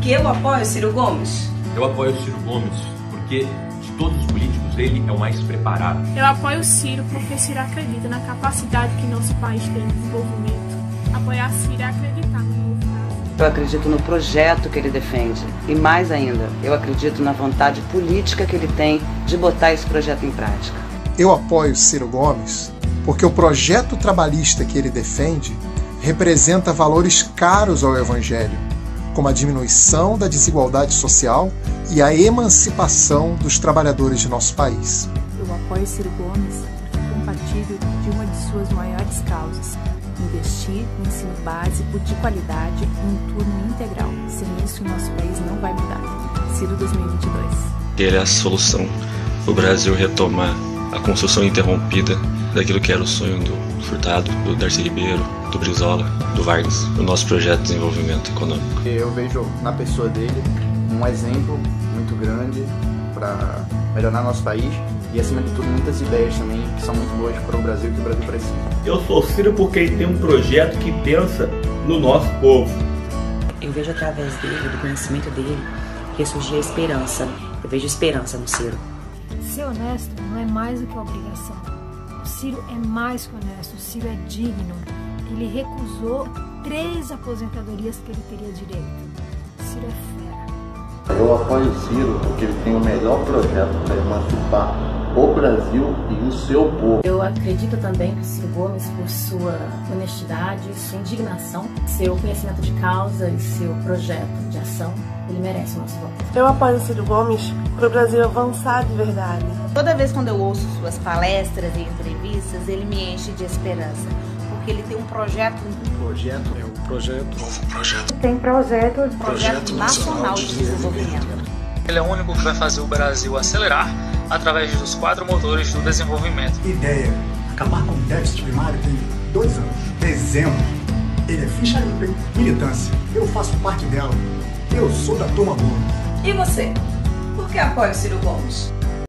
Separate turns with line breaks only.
que eu apoio o Ciro Gomes.
Eu apoio o Ciro Gomes porque de todos os políticos ele é o mais preparado.
Eu apoio o Ciro porque o Ciro acredita na capacidade que nosso país tem de desenvolvimento. Apoiar Ciro é acreditar no novo Brasil.
Eu acredito no projeto que ele defende e mais ainda, eu acredito na vontade política que ele tem de botar esse projeto em prática.
Eu apoio Ciro Gomes porque o projeto trabalhista que ele defende representa valores caros ao Evangelho, como a diminuição da desigualdade social e a emancipação dos trabalhadores de nosso país.
Eu apoio Ciro Gomes porque compartilho de uma de suas maiores causas, investir no ensino básico de qualidade e um turno integral. Sem isso, o nosso país não vai mudar. Ciro 2022.
Ele é a solução. O Brasil retomar a construção interrompida daquilo que era o sonho do Furtado, do Darcy Ribeiro, do Brizola, do Vargas, o nosso projeto de desenvolvimento econômico.
Eu vejo na pessoa dele um exemplo muito grande para melhorar nosso país e, acima de tudo, muitas ideias também que são muito boas para o Brasil que o Brasil precisa.
Eu sou Ciro porque ele tem um projeto que pensa no nosso povo.
Eu vejo através dele, do conhecimento dele, ressurgir a esperança. Eu vejo esperança no Ciro.
Ser honesto não é mais do que obrigação. O Ciro é mais que honesto, o Ciro é digno. Ele recusou três aposentadorias que ele teria direito. O Ciro é
fera. Eu apoio o Ciro porque ele tem o melhor projeto para emancipar o Brasil e o seu povo.
Eu acredito também que o Ciro Gomes, por sua honestidade, sua indignação, seu conhecimento de causa e seu projeto de ação, ele merece o nosso voto.
Eu apoio o Ciro Gomes para o Brasil avançar de verdade.
Toda vez quando eu ouço suas palestras e entrevistas, ele me enche de esperança, porque ele tem um projeto.
Um projeto é um projeto.
Novo projeto.
Tem um projeto.
Projeto, projeto
nacional de desenvolvimento.
Ele é o único que vai fazer o Brasil acelerar através dos quatro motores do desenvolvimento.
Ideia: acabar com o déficit primário tem dois anos. Dezembro. Ele é ficha limpa, militância. Eu faço parte dela. Eu sou da turma boa.
E você? Por que apoia o Ciro Gomes?